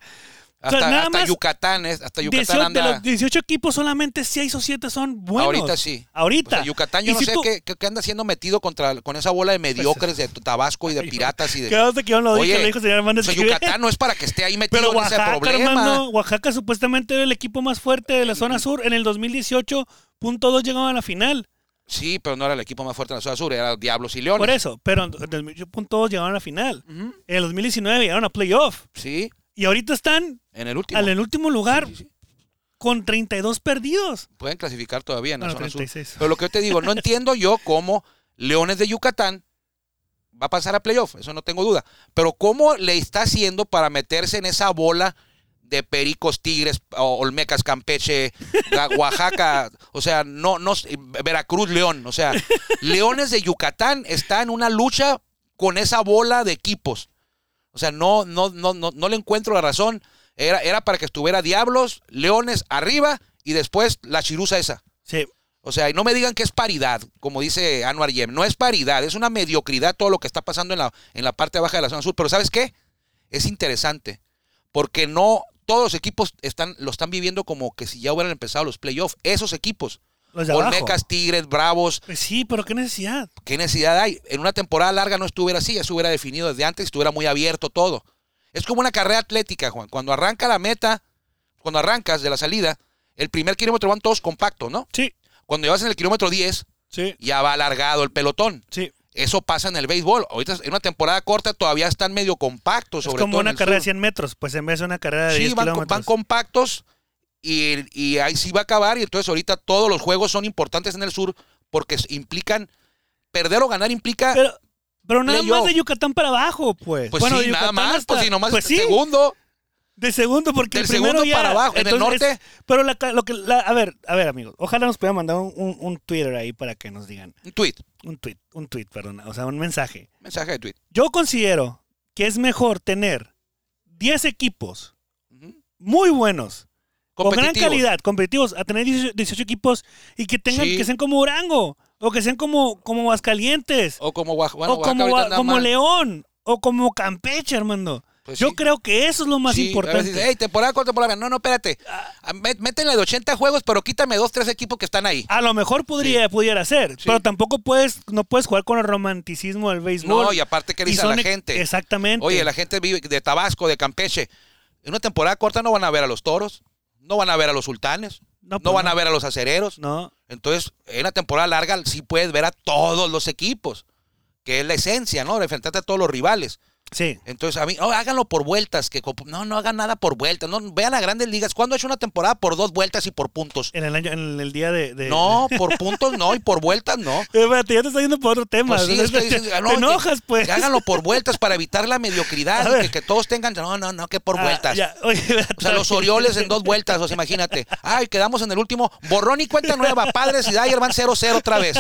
[SPEAKER 3] Hasta,
[SPEAKER 2] nada
[SPEAKER 3] hasta
[SPEAKER 2] más
[SPEAKER 3] Yucatán es, hasta Yucatán
[SPEAKER 2] 18
[SPEAKER 3] anda.
[SPEAKER 2] De los 18 equipos, solamente 6 o 7 son buenos.
[SPEAKER 3] Ahorita sí. O
[SPEAKER 2] Ahorita.
[SPEAKER 3] sea, Yucatán yo
[SPEAKER 2] Y
[SPEAKER 3] no
[SPEAKER 2] si
[SPEAKER 3] sé
[SPEAKER 2] tú-
[SPEAKER 3] qué, qué- qué anda siendo metido contra con esa bola de mediocres de Tabasco y de
[SPEAKER 2] Ay,
[SPEAKER 3] piratas y
[SPEAKER 2] ¿Qué
[SPEAKER 3] de.
[SPEAKER 2] onda que yo no lo dije? Lo dijo el señor
[SPEAKER 3] o
[SPEAKER 2] Hernández.
[SPEAKER 3] sea, Yucatán no es para que esté ahí metido
[SPEAKER 2] Pero
[SPEAKER 3] en ese
[SPEAKER 2] Oaxaca,
[SPEAKER 3] problema.
[SPEAKER 2] hermano, Oaxaca supuestamente era el equipo más fuerte de la zona sur. En el 2018, punto 2 llegaban a la final.
[SPEAKER 3] Sí, pero no era el equipo más fuerte en la zona sur, era Diablos y Leones.
[SPEAKER 2] Por eso, pero en el 2018.2 llegaron a la final.
[SPEAKER 3] Ujú.
[SPEAKER 2] En el 2019 llegaron a playoff.
[SPEAKER 3] Sí,
[SPEAKER 2] Y ahorita están
[SPEAKER 3] en el último.
[SPEAKER 2] al el último lugar
[SPEAKER 3] Sí, sí, sí.
[SPEAKER 2] con 32 perdidos.
[SPEAKER 3] Pueden clasificar todavía en la
[SPEAKER 2] Bueno,
[SPEAKER 3] zona sur.
[SPEAKER 2] 36.
[SPEAKER 3] Pero lo que yo te digo, no entiendo yo cómo Leones de Yucatán va a pasar a playoff, eso no tengo duda. Pero cómo le está haciendo para meterse en esa bola de Pericos, Tigres, o- Olmecas, Campeche, Ga- Oaxaca, o sea, no, no, sé, Veracruz, León, o sea, Leones de Yucatán está en una lucha con esa bola de equipos. O sea, no, no, no, no, no le encuentro la razón. Era, era para que estuviera Diablos, Leones arriba y después la chiruza esa.
[SPEAKER 2] Sí.
[SPEAKER 3] O sea, y no me digan que es paridad, como dice Anwar Yem. No es paridad, es una mediocridad todo lo que está pasando en la, en la parte baja de la zona sur. Pero ¿sabes qué? Es interesante, porque no todos los equipos están, lo están viviendo como que si ya hubieran empezado los playoffs. Esos equipos,
[SPEAKER 2] Los de abajo.
[SPEAKER 3] Olmecas, Tigres, Bravos,
[SPEAKER 2] Pues sí, pero qué necesidad.
[SPEAKER 3] ¿qué necesidad hay? En una temporada larga no estuviera así, ya se hubiera definido desde antes, estuviera muy abierto todo. Es como una carrera atlética, Juan. Cuando arranca la meta, cuando arrancas de la salida, el primer kilómetro van todos compactos, ¿no?
[SPEAKER 2] Sí,
[SPEAKER 3] Cuando llevas en el kilómetro 10,
[SPEAKER 2] sí,
[SPEAKER 3] ya va alargado el pelotón.
[SPEAKER 2] sí.
[SPEAKER 3] Eso pasa en el béisbol. Ahorita en una temporada corta todavía están medio compactos.
[SPEAKER 2] Es
[SPEAKER 3] Sobre
[SPEAKER 2] como
[SPEAKER 3] todo en
[SPEAKER 2] una
[SPEAKER 3] el
[SPEAKER 2] carrera de
[SPEAKER 3] sur.
[SPEAKER 2] 100 metros, pues en vez de una carrera de 10
[SPEAKER 3] Sí, van, co-
[SPEAKER 2] kilómetros.
[SPEAKER 3] van compactos y, y ahí sí va a acabar. Y entonces ahorita todos los juegos son importantes en el sur porque s- implican perder o ganar implica.
[SPEAKER 2] Pero, pero nada
[SPEAKER 3] Playoff.
[SPEAKER 2] más de Yucatán para abajo, pues.
[SPEAKER 3] pues
[SPEAKER 2] Bueno,
[SPEAKER 3] sí,
[SPEAKER 2] de
[SPEAKER 3] nada
[SPEAKER 2] Yucatán
[SPEAKER 3] más.
[SPEAKER 2] hasta-
[SPEAKER 3] pues sí, nomás
[SPEAKER 2] pues sí,
[SPEAKER 3] segundo.
[SPEAKER 2] De segundo, porque
[SPEAKER 3] Del
[SPEAKER 2] el primero
[SPEAKER 3] segundo
[SPEAKER 2] ya-
[SPEAKER 3] para abajo, en el norte.
[SPEAKER 2] Pero la, ca- lo que, la- a ver, a ver, amigos. Ojalá nos puedan mandar un, un- un Twitter ahí para que nos digan.
[SPEAKER 3] Un tweet.
[SPEAKER 2] Un tweet, un tweet, perdón. O sea, un mensaje.
[SPEAKER 3] Mensaje de tweet.
[SPEAKER 2] Yo considero que es mejor tener 10 equipos
[SPEAKER 3] Ujú.
[SPEAKER 2] muy buenos, con gran
[SPEAKER 3] Competitivos.
[SPEAKER 2] calidad, competitivos, a tener 18, 18 equipos y que tengan,
[SPEAKER 3] Sí.
[SPEAKER 2] que sean como Durango, o que sean como, como Aguascalientes,
[SPEAKER 3] O como Oaxaca. Bueno,
[SPEAKER 2] o
[SPEAKER 3] Oaxaca
[SPEAKER 2] como,
[SPEAKER 3] ahorita
[SPEAKER 2] a-
[SPEAKER 3] anda
[SPEAKER 2] como
[SPEAKER 3] mal.
[SPEAKER 2] León, o como Campeche, hermano.
[SPEAKER 3] Pues
[SPEAKER 2] Yo
[SPEAKER 3] sí.
[SPEAKER 2] creo que eso es lo más
[SPEAKER 3] Sí, a veces
[SPEAKER 2] importante.
[SPEAKER 3] dices, "Ey, temporada con temporada. No, no, espérate. Ah, mé- Métenle de 80 juegos, pero quítame dos, tres equipos que están ahí.
[SPEAKER 2] A lo mejor podría, pudiera ser,
[SPEAKER 3] Sí.
[SPEAKER 2] pero tampoco puedes, no puedes jugar con el romanticismo del béisbol.
[SPEAKER 3] No, y aparte que dice a
[SPEAKER 2] son
[SPEAKER 3] la
[SPEAKER 2] ex-
[SPEAKER 3] gente.
[SPEAKER 2] Exactamente.
[SPEAKER 3] Oye, la gente vive de Tabasco, de Campeche. En una temporada corta no van a ver a los toros, no van a ver a los sultanes,
[SPEAKER 2] No,
[SPEAKER 3] no,
[SPEAKER 2] pues,
[SPEAKER 3] van
[SPEAKER 2] no.
[SPEAKER 3] a ver a los acereros.
[SPEAKER 2] No,
[SPEAKER 3] Entonces, en una temporada larga sí puedes ver a todos los equipos, que es la esencia, ¿no? De enfrentarte a todos los rivales.
[SPEAKER 2] sí.
[SPEAKER 3] Entonces, a mí, oh, háganlo por vueltas, que comp- no, no hagan nada por vueltas. No, vean a grandes ligas. ¿Cuándo ha hecho una temporada por dos vueltas y por puntos?
[SPEAKER 2] En el, año, en el día de... de-
[SPEAKER 3] No, por puntos no, y por vueltas no.
[SPEAKER 2] Eh, Espérate, ya te está yendo por otro tema.
[SPEAKER 3] Pues sí, es que
[SPEAKER 2] Te-
[SPEAKER 3] dices, "Ah, no,
[SPEAKER 2] te
[SPEAKER 3] que-
[SPEAKER 2] enojas, pues.
[SPEAKER 3] que háganlo por vueltas para evitar la
[SPEAKER 2] A
[SPEAKER 3] mediocridad,
[SPEAKER 2] ver.
[SPEAKER 3] y que, que todos tengan, no, no, no, que por
[SPEAKER 2] Ah,
[SPEAKER 3] vueltas.
[SPEAKER 2] ya, oye,
[SPEAKER 3] O sea, los Orioles en dos vueltas, o sea, imagínate. Ay, quedamos en el último. Borrón y cuenta nueva. Padres y Dyer van 0-0 otra vez.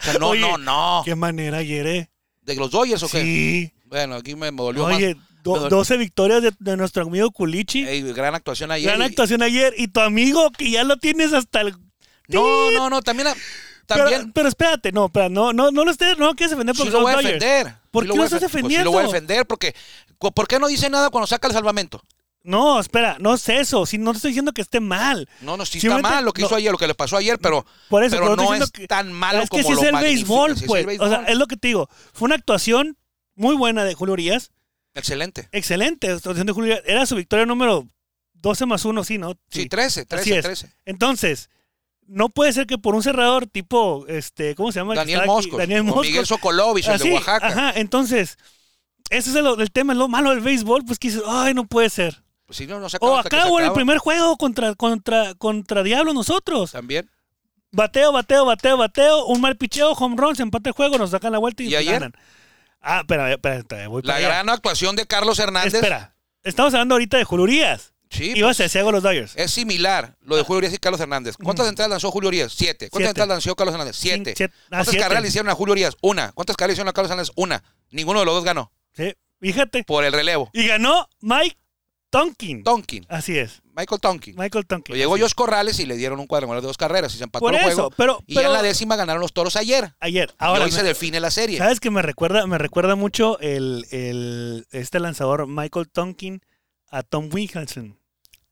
[SPEAKER 3] O sea, no,
[SPEAKER 2] Oye,
[SPEAKER 3] no, no.
[SPEAKER 2] Qué manera ayer, eh.
[SPEAKER 3] ¿De los Dodgers o qué?
[SPEAKER 2] Sí.
[SPEAKER 3] Bueno, aquí me dolió
[SPEAKER 2] Oye,
[SPEAKER 3] más.
[SPEAKER 2] do-
[SPEAKER 3] Me dolió.
[SPEAKER 2] 12 victorias de, de nuestro amigo Culichi.
[SPEAKER 3] Ey, gran actuación ayer.
[SPEAKER 2] Gran
[SPEAKER 3] y-
[SPEAKER 2] actuación ayer. Y tu amigo, que ya lo tienes hasta el...
[SPEAKER 3] No, no, no, también...
[SPEAKER 2] Pero,
[SPEAKER 3] también
[SPEAKER 2] pero espérate, no, espera, no, no, no lo estés, no lo quieres defender
[SPEAKER 3] sí
[SPEAKER 2] porque
[SPEAKER 3] lo
[SPEAKER 2] son
[SPEAKER 3] voy a
[SPEAKER 2] Dodgers.
[SPEAKER 3] defender.
[SPEAKER 2] ¿Por
[SPEAKER 3] Sí
[SPEAKER 2] qué lo
[SPEAKER 3] voy a
[SPEAKER 2] estás
[SPEAKER 3] defen- Pues sí lo voy a
[SPEAKER 2] defendiendo?
[SPEAKER 3] defender porque... ¿Por qué no dice nada cuando saca el salvamento?
[SPEAKER 2] No, espera, no es eso. Si no te estoy diciendo que esté mal.
[SPEAKER 3] No, no, sí está
[SPEAKER 2] Simplemente-
[SPEAKER 3] mal lo que
[SPEAKER 2] no.
[SPEAKER 3] hizo ayer, lo que le pasó ayer, pero,
[SPEAKER 2] Por eso,
[SPEAKER 3] pero
[SPEAKER 2] pero te
[SPEAKER 3] no
[SPEAKER 2] diciendo
[SPEAKER 3] es
[SPEAKER 2] que-
[SPEAKER 3] tan malo
[SPEAKER 2] es que
[SPEAKER 3] como
[SPEAKER 2] si
[SPEAKER 3] lo
[SPEAKER 2] es el
[SPEAKER 3] magnifican,
[SPEAKER 2] béisbol,
[SPEAKER 3] sí es el
[SPEAKER 2] pues. O sea,
[SPEAKER 3] béisbol.
[SPEAKER 2] es lo que te digo. Fue una actuación muy buena de Julio Urias.
[SPEAKER 3] Excelente.
[SPEAKER 2] Excelente. actuación de Julio Urias. Era su victoria número 12 más 1, sí, ¿no?
[SPEAKER 3] Sí, 13, 13,
[SPEAKER 2] es.
[SPEAKER 3] 13.
[SPEAKER 2] Entonces, no puede ser que por un cerrador tipo, este, ¿cómo se llama? el que
[SPEAKER 3] Daniel
[SPEAKER 2] estaba aquí?
[SPEAKER 3] Moscos,
[SPEAKER 2] Daniel
[SPEAKER 3] o
[SPEAKER 2] Moscos.
[SPEAKER 3] Miguel Sokolovich, el
[SPEAKER 2] Así,
[SPEAKER 3] de Oaxaca.
[SPEAKER 2] Ajá, entonces, ese es el, el tema, lo malo del béisbol, pues que dices, ay, no puede ser.
[SPEAKER 3] Pues sí, no, no se acaba
[SPEAKER 2] O
[SPEAKER 3] hasta que
[SPEAKER 2] acá
[SPEAKER 3] se
[SPEAKER 2] o en el
[SPEAKER 3] acaba.
[SPEAKER 2] primer juego contra, contra, contra Diablo nosotros.
[SPEAKER 3] También.
[SPEAKER 2] Bateo, bateo, bateo, bateo, un mal picheo, home run, se empata el juego, nos sacan la vuelta y,
[SPEAKER 3] ¿Y
[SPEAKER 2] pues,
[SPEAKER 3] ayer?
[SPEAKER 2] ganan. Ah, espera, espera, espera, voy para
[SPEAKER 3] La
[SPEAKER 2] allá.
[SPEAKER 3] gran actuación de Carlos Hernández.
[SPEAKER 2] Espera, estamos hablando ahorita de Julurías.
[SPEAKER 3] Sí, pues. Eh.
[SPEAKER 2] Ibas a decir algo a los Dodgers.
[SPEAKER 3] es similar lo de Julio Urias y Carlos Hernández. ¿Cuántas entradas lanzó Julio Urias? Siete. ¿Cuántas
[SPEAKER 2] Ah. Mm. Siete.
[SPEAKER 3] entradas lanzó Carlos Hernández? Siete.
[SPEAKER 2] Cin- siete- ah,
[SPEAKER 3] ¿Cuántas
[SPEAKER 2] siete.
[SPEAKER 3] carreras le hicieron a Julio Urias? Una. ¿Cuántas carreras le hicieron a Carlos Hernández? Una. Ninguno de los dos ganó
[SPEAKER 2] Sí, fíjate.
[SPEAKER 3] por el relevo.
[SPEAKER 2] Y ganó Mike Tonkin.
[SPEAKER 3] Tonkin.
[SPEAKER 2] Así es,
[SPEAKER 3] Michael Tonkin.
[SPEAKER 2] Michael Tonkin.
[SPEAKER 3] Lo llegó
[SPEAKER 2] Así es.
[SPEAKER 3] Josh Corrales y le dieron un cuadrangular de dos carreras y se empató
[SPEAKER 2] Por
[SPEAKER 3] el
[SPEAKER 2] eso,
[SPEAKER 3] juego.
[SPEAKER 2] pero-
[SPEAKER 3] y ya en
[SPEAKER 2] pero-
[SPEAKER 3] la décima ganaron los toros ayer.
[SPEAKER 2] Ayer.
[SPEAKER 3] Ahora
[SPEAKER 2] Ahora,
[SPEAKER 3] hoy se
[SPEAKER 2] me-
[SPEAKER 3] define la serie.
[SPEAKER 2] ¿sabes que me recuerda? Me recuerda mucho el, el- este lanzador Michael Tonkin a Tom Wilhelmsen.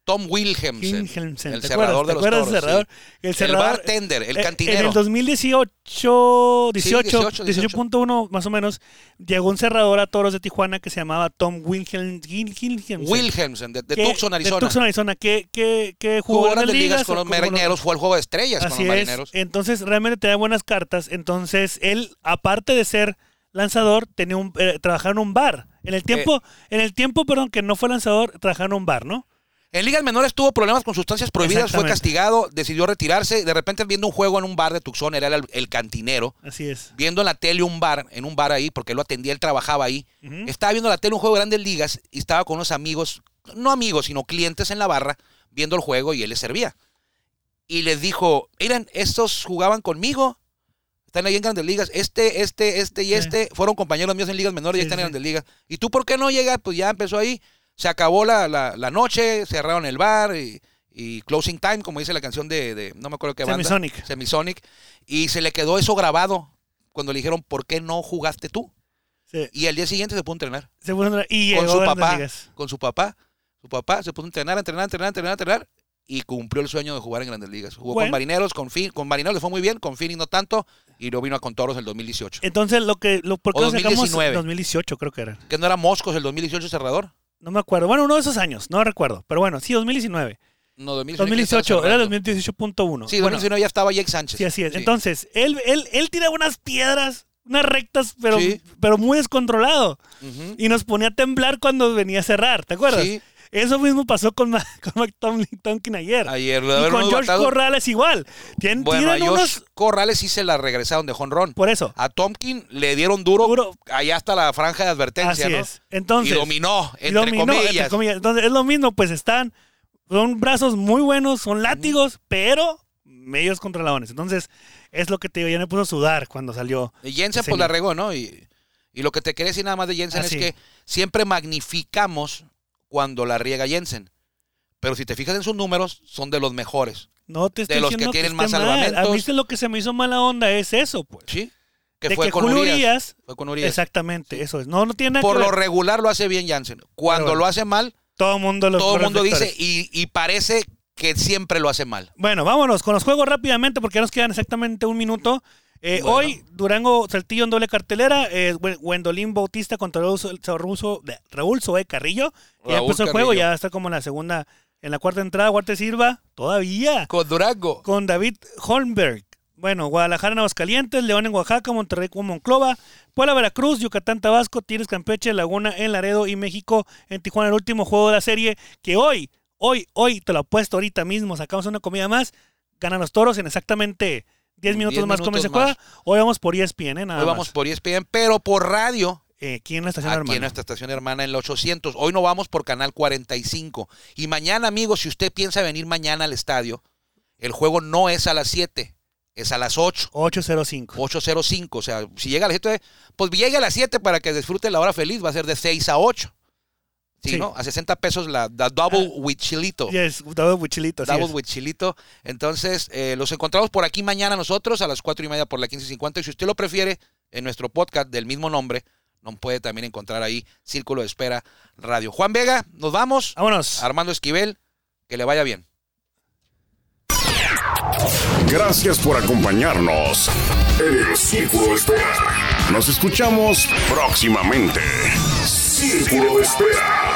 [SPEAKER 3] Tom Wilhelmsen,
[SPEAKER 2] Wilhelmsen,
[SPEAKER 3] el
[SPEAKER 2] ¿te
[SPEAKER 3] cerrador
[SPEAKER 2] acuerdas?
[SPEAKER 3] de
[SPEAKER 2] ¿Te
[SPEAKER 3] los
[SPEAKER 2] acuerdas
[SPEAKER 3] toros.
[SPEAKER 2] del cerrador?
[SPEAKER 3] sí.
[SPEAKER 2] El
[SPEAKER 3] El
[SPEAKER 2] cerrador.
[SPEAKER 3] bartender, el
[SPEAKER 2] eh,
[SPEAKER 3] cantinero.
[SPEAKER 2] En el 2018, 18,
[SPEAKER 3] 18,
[SPEAKER 2] 18, 18.1 más o menos, llegó un cerrador a Toros de Tijuana que se llamaba Tom Wilhelm, Gil- Wilhelmsen.
[SPEAKER 3] Wilhelmsen, de, de
[SPEAKER 2] que-
[SPEAKER 3] Tucson, Arizona.
[SPEAKER 2] De Tucson, Arizona, que, que, que jugó,
[SPEAKER 3] jugó
[SPEAKER 2] en
[SPEAKER 3] grandes
[SPEAKER 2] las
[SPEAKER 3] ligas con los
[SPEAKER 2] o jugó
[SPEAKER 3] marineros, fue al juego de estrellas con los
[SPEAKER 2] Así es.
[SPEAKER 3] marineros.
[SPEAKER 2] Entonces, realmente tenía buenas cartas. Entonces, él, aparte de ser lanzador, tenía un, eh, trabajaba en un bar. En
[SPEAKER 3] Eh.
[SPEAKER 2] el tiempo, en el tiempo, perdón, que no fue lanzador, trabajaba en un bar, ¿no?
[SPEAKER 3] En ligas menores tuvo problemas con sustancias prohibidas, fue
[SPEAKER 2] Exactamente.
[SPEAKER 3] castigado, decidió retirarse. De repente viendo un juego en un bar de Tucson, era el, el cantinero.
[SPEAKER 2] Así es.
[SPEAKER 3] Viendo en la tele un bar, en un bar ahí, porque él lo atendía, él trabajaba ahí.
[SPEAKER 2] Ujú.
[SPEAKER 3] Estaba viendo la tele un juego de grandes ligas y estaba con unos amigos, no amigos, sino clientes en la barra, viendo el juego y él les servía. Y les dijo, miren, estos jugaban conmigo, están ahí en grandes ligas, este, este, este y
[SPEAKER 2] Sí.
[SPEAKER 3] este, fueron compañeros míos en ligas menores y
[SPEAKER 2] Sí,
[SPEAKER 3] están
[SPEAKER 2] sí.
[SPEAKER 3] en grandes ligas. ¿Y tú por qué no llegas? Pues ya empezó ahí, se acabó la, la- la noche, cerraron el bar y, y closing time, como dice la canción de, de- no me acuerdo qué banda.
[SPEAKER 2] Semisonic.
[SPEAKER 3] Semisonic. Y se le quedó eso grabado cuando le dijeron, ¿por qué no jugaste tú?
[SPEAKER 2] Se-
[SPEAKER 3] Y al día siguiente se pudo entrenar
[SPEAKER 2] se puso en- y
[SPEAKER 3] con
[SPEAKER 2] llegó
[SPEAKER 3] su
[SPEAKER 2] a Grandes
[SPEAKER 3] papá,
[SPEAKER 2] Ligas.
[SPEAKER 3] con su papá. Su papá se puso a entrenar, a entrenar, a entrenar, a entrenar, a entrenar y cumplió el sueño de jugar en Grandes Ligas. Jugó
[SPEAKER 2] Bueno.
[SPEAKER 3] con Marineros, con Fin, con Marineros le fue muy bien, con Phoenix no tanto y no vino a con Toros el 2018.
[SPEAKER 2] Entonces, lo que. Lo, ¿Por qué
[SPEAKER 3] O
[SPEAKER 2] lo sacamos?
[SPEAKER 3] 2019.
[SPEAKER 2] 2018, creo que era.
[SPEAKER 3] Que no era Moscos el 2018 cerrador.
[SPEAKER 2] No me acuerdo. Bueno, uno de esos años, no recuerdo. Pero bueno, sí, 2019.
[SPEAKER 3] No, 2018.
[SPEAKER 2] 2018, era
[SPEAKER 3] cerrando.
[SPEAKER 2] 2018.1.
[SPEAKER 3] Sí,
[SPEAKER 2] Bueno,
[SPEAKER 3] 2019 ya estaba Jake Sánchez.
[SPEAKER 2] Sí, así es.
[SPEAKER 3] Sí.
[SPEAKER 2] Entonces, él, él, él tiraba unas piedras, unas rectas, pero,
[SPEAKER 3] Sí.
[SPEAKER 2] pero muy descontrolado.
[SPEAKER 3] Ujú.
[SPEAKER 2] Y nos ponía a temblar cuando venía a cerrar, ¿te acuerdas?
[SPEAKER 3] Sí.
[SPEAKER 2] Eso mismo pasó con, Ma- con Mike Tomlin- Tonkin ayer.
[SPEAKER 3] Ayer lo
[SPEAKER 2] y
[SPEAKER 3] habernos
[SPEAKER 2] con George
[SPEAKER 3] matado.
[SPEAKER 2] Corrales igual. Tien-
[SPEAKER 3] Bueno, a
[SPEAKER 2] tiran
[SPEAKER 3] Josh
[SPEAKER 2] unos...
[SPEAKER 3] Corrales sí se la regresaron de jonrón.
[SPEAKER 2] Por eso.
[SPEAKER 3] A Tomkin le dieron duro,
[SPEAKER 2] Duro.
[SPEAKER 3] allá hasta la franja de advertencia,
[SPEAKER 2] Así
[SPEAKER 3] ¿no?
[SPEAKER 2] es. Entonces,
[SPEAKER 3] y dominó,
[SPEAKER 2] y
[SPEAKER 3] entre
[SPEAKER 2] dominó,
[SPEAKER 3] comillas.
[SPEAKER 2] entre comillas. Entonces, es lo mismo, pues están. Son brazos muy buenos, son látigos, pero medios contra laones. Entonces, es lo que te digo, ya me puso a sudar cuando salió.
[SPEAKER 3] Y Jensen
[SPEAKER 2] Ese
[SPEAKER 3] pues la
[SPEAKER 2] niño.
[SPEAKER 3] regó, ¿no? Y, y lo que te quería decir nada más de Jensen
[SPEAKER 2] Así.
[SPEAKER 3] es que siempre magnificamos cuando la riega Jensen. Pero si te fijas en sus números, son de los mejores.
[SPEAKER 2] No te estoy
[SPEAKER 3] De los que
[SPEAKER 2] diciendo
[SPEAKER 3] tienen
[SPEAKER 2] esté
[SPEAKER 3] más
[SPEAKER 2] mal. A
[SPEAKER 3] salvamentos.
[SPEAKER 2] mí es lo que se me hizo mala onda, es eso, pues.
[SPEAKER 3] ¿Sí? Que
[SPEAKER 2] De
[SPEAKER 3] fue
[SPEAKER 2] que
[SPEAKER 3] con
[SPEAKER 2] Julio
[SPEAKER 3] Urias.
[SPEAKER 2] Urias-
[SPEAKER 3] Fue con Urias.
[SPEAKER 2] Exactamente, eso es. No, no tiene nada
[SPEAKER 3] Por
[SPEAKER 2] que
[SPEAKER 3] lo
[SPEAKER 2] ver.
[SPEAKER 3] regular lo hace bien Jansen. Cuando
[SPEAKER 2] Pero-
[SPEAKER 3] lo hace mal,
[SPEAKER 2] Todo el mundo lo
[SPEAKER 3] todo el
[SPEAKER 2] los
[SPEAKER 3] mundo dice
[SPEAKER 2] reflectores.
[SPEAKER 3] y, y parece que siempre lo hace mal.
[SPEAKER 2] Bueno, vámonos con los juegos rápidamente porque ya nos quedan exactamente un minuto. Eh,
[SPEAKER 3] Bueno.
[SPEAKER 2] Hoy, Durango Saltillo en doble cartelera. eh, Wen- Wendolín Bautista contra Raúl, So- So- Ruso- de- Raúl Soe Carrillo. que ya
[SPEAKER 3] Raúl
[SPEAKER 2] empezó el juego,
[SPEAKER 3] Carrillo.
[SPEAKER 2] ya está como en la segunda, en la cuarta entrada. Guarte Silva, todavía.
[SPEAKER 3] Con Durango.
[SPEAKER 2] Con David Holmberg. Bueno, Guadalajara en Aguascalientes, León en Oaxaca, Monterrey con Monclova, Puebla, Veracruz, Yucatán, Tabasco, Tigres, Campeche, Laguna en Laredo y México en Tijuana. El último juego de la serie que hoy, hoy, hoy, te lo apuesto ahorita mismo, sacamos una comida más, ganan los toros en exactamente 10 minutos
[SPEAKER 3] 10
[SPEAKER 2] más como
[SPEAKER 3] minutos
[SPEAKER 2] se juega. Hoy vamos por ESPN, ¿eh? Nada
[SPEAKER 3] Hoy vamos
[SPEAKER 2] más.
[SPEAKER 3] por E ESPN, pero por radio.
[SPEAKER 2] Eh, aquí en la estación
[SPEAKER 3] Aquí
[SPEAKER 2] hermana.
[SPEAKER 3] en nuestra estación hermana en la 800. Hoy no vamos por canal 45. Y mañana, amigos, si usted piensa venir mañana al estadio, el juego no es a las 7, es a las 8.
[SPEAKER 2] 805.
[SPEAKER 3] 8.05, o sea, si llega a las 7, pues llegue a las 7 para que disfrute la hora feliz, va a ser de 6 a 8. Sí,
[SPEAKER 2] Sí. Ah,
[SPEAKER 3] ¿no? A 60 pesos la, la double with chilito.
[SPEAKER 2] Yes, David Buchilito, así
[SPEAKER 3] Double
[SPEAKER 2] es.
[SPEAKER 3] with chilito. Entonces, eh, los encontramos por aquí mañana nosotros a las 4 y media por la 15.50. Y si usted lo prefiere, en nuestro podcast del mismo nombre, nos puede también encontrar ahí Círculo de Espera Radio. Juan Vega, nos vamos.
[SPEAKER 2] Vámonos.
[SPEAKER 3] Armando Esquivel, que le vaya bien.
[SPEAKER 5] Gracias por acompañarnos en el Círculo de Espera. Nos escuchamos próximamente. Círculo de Espera.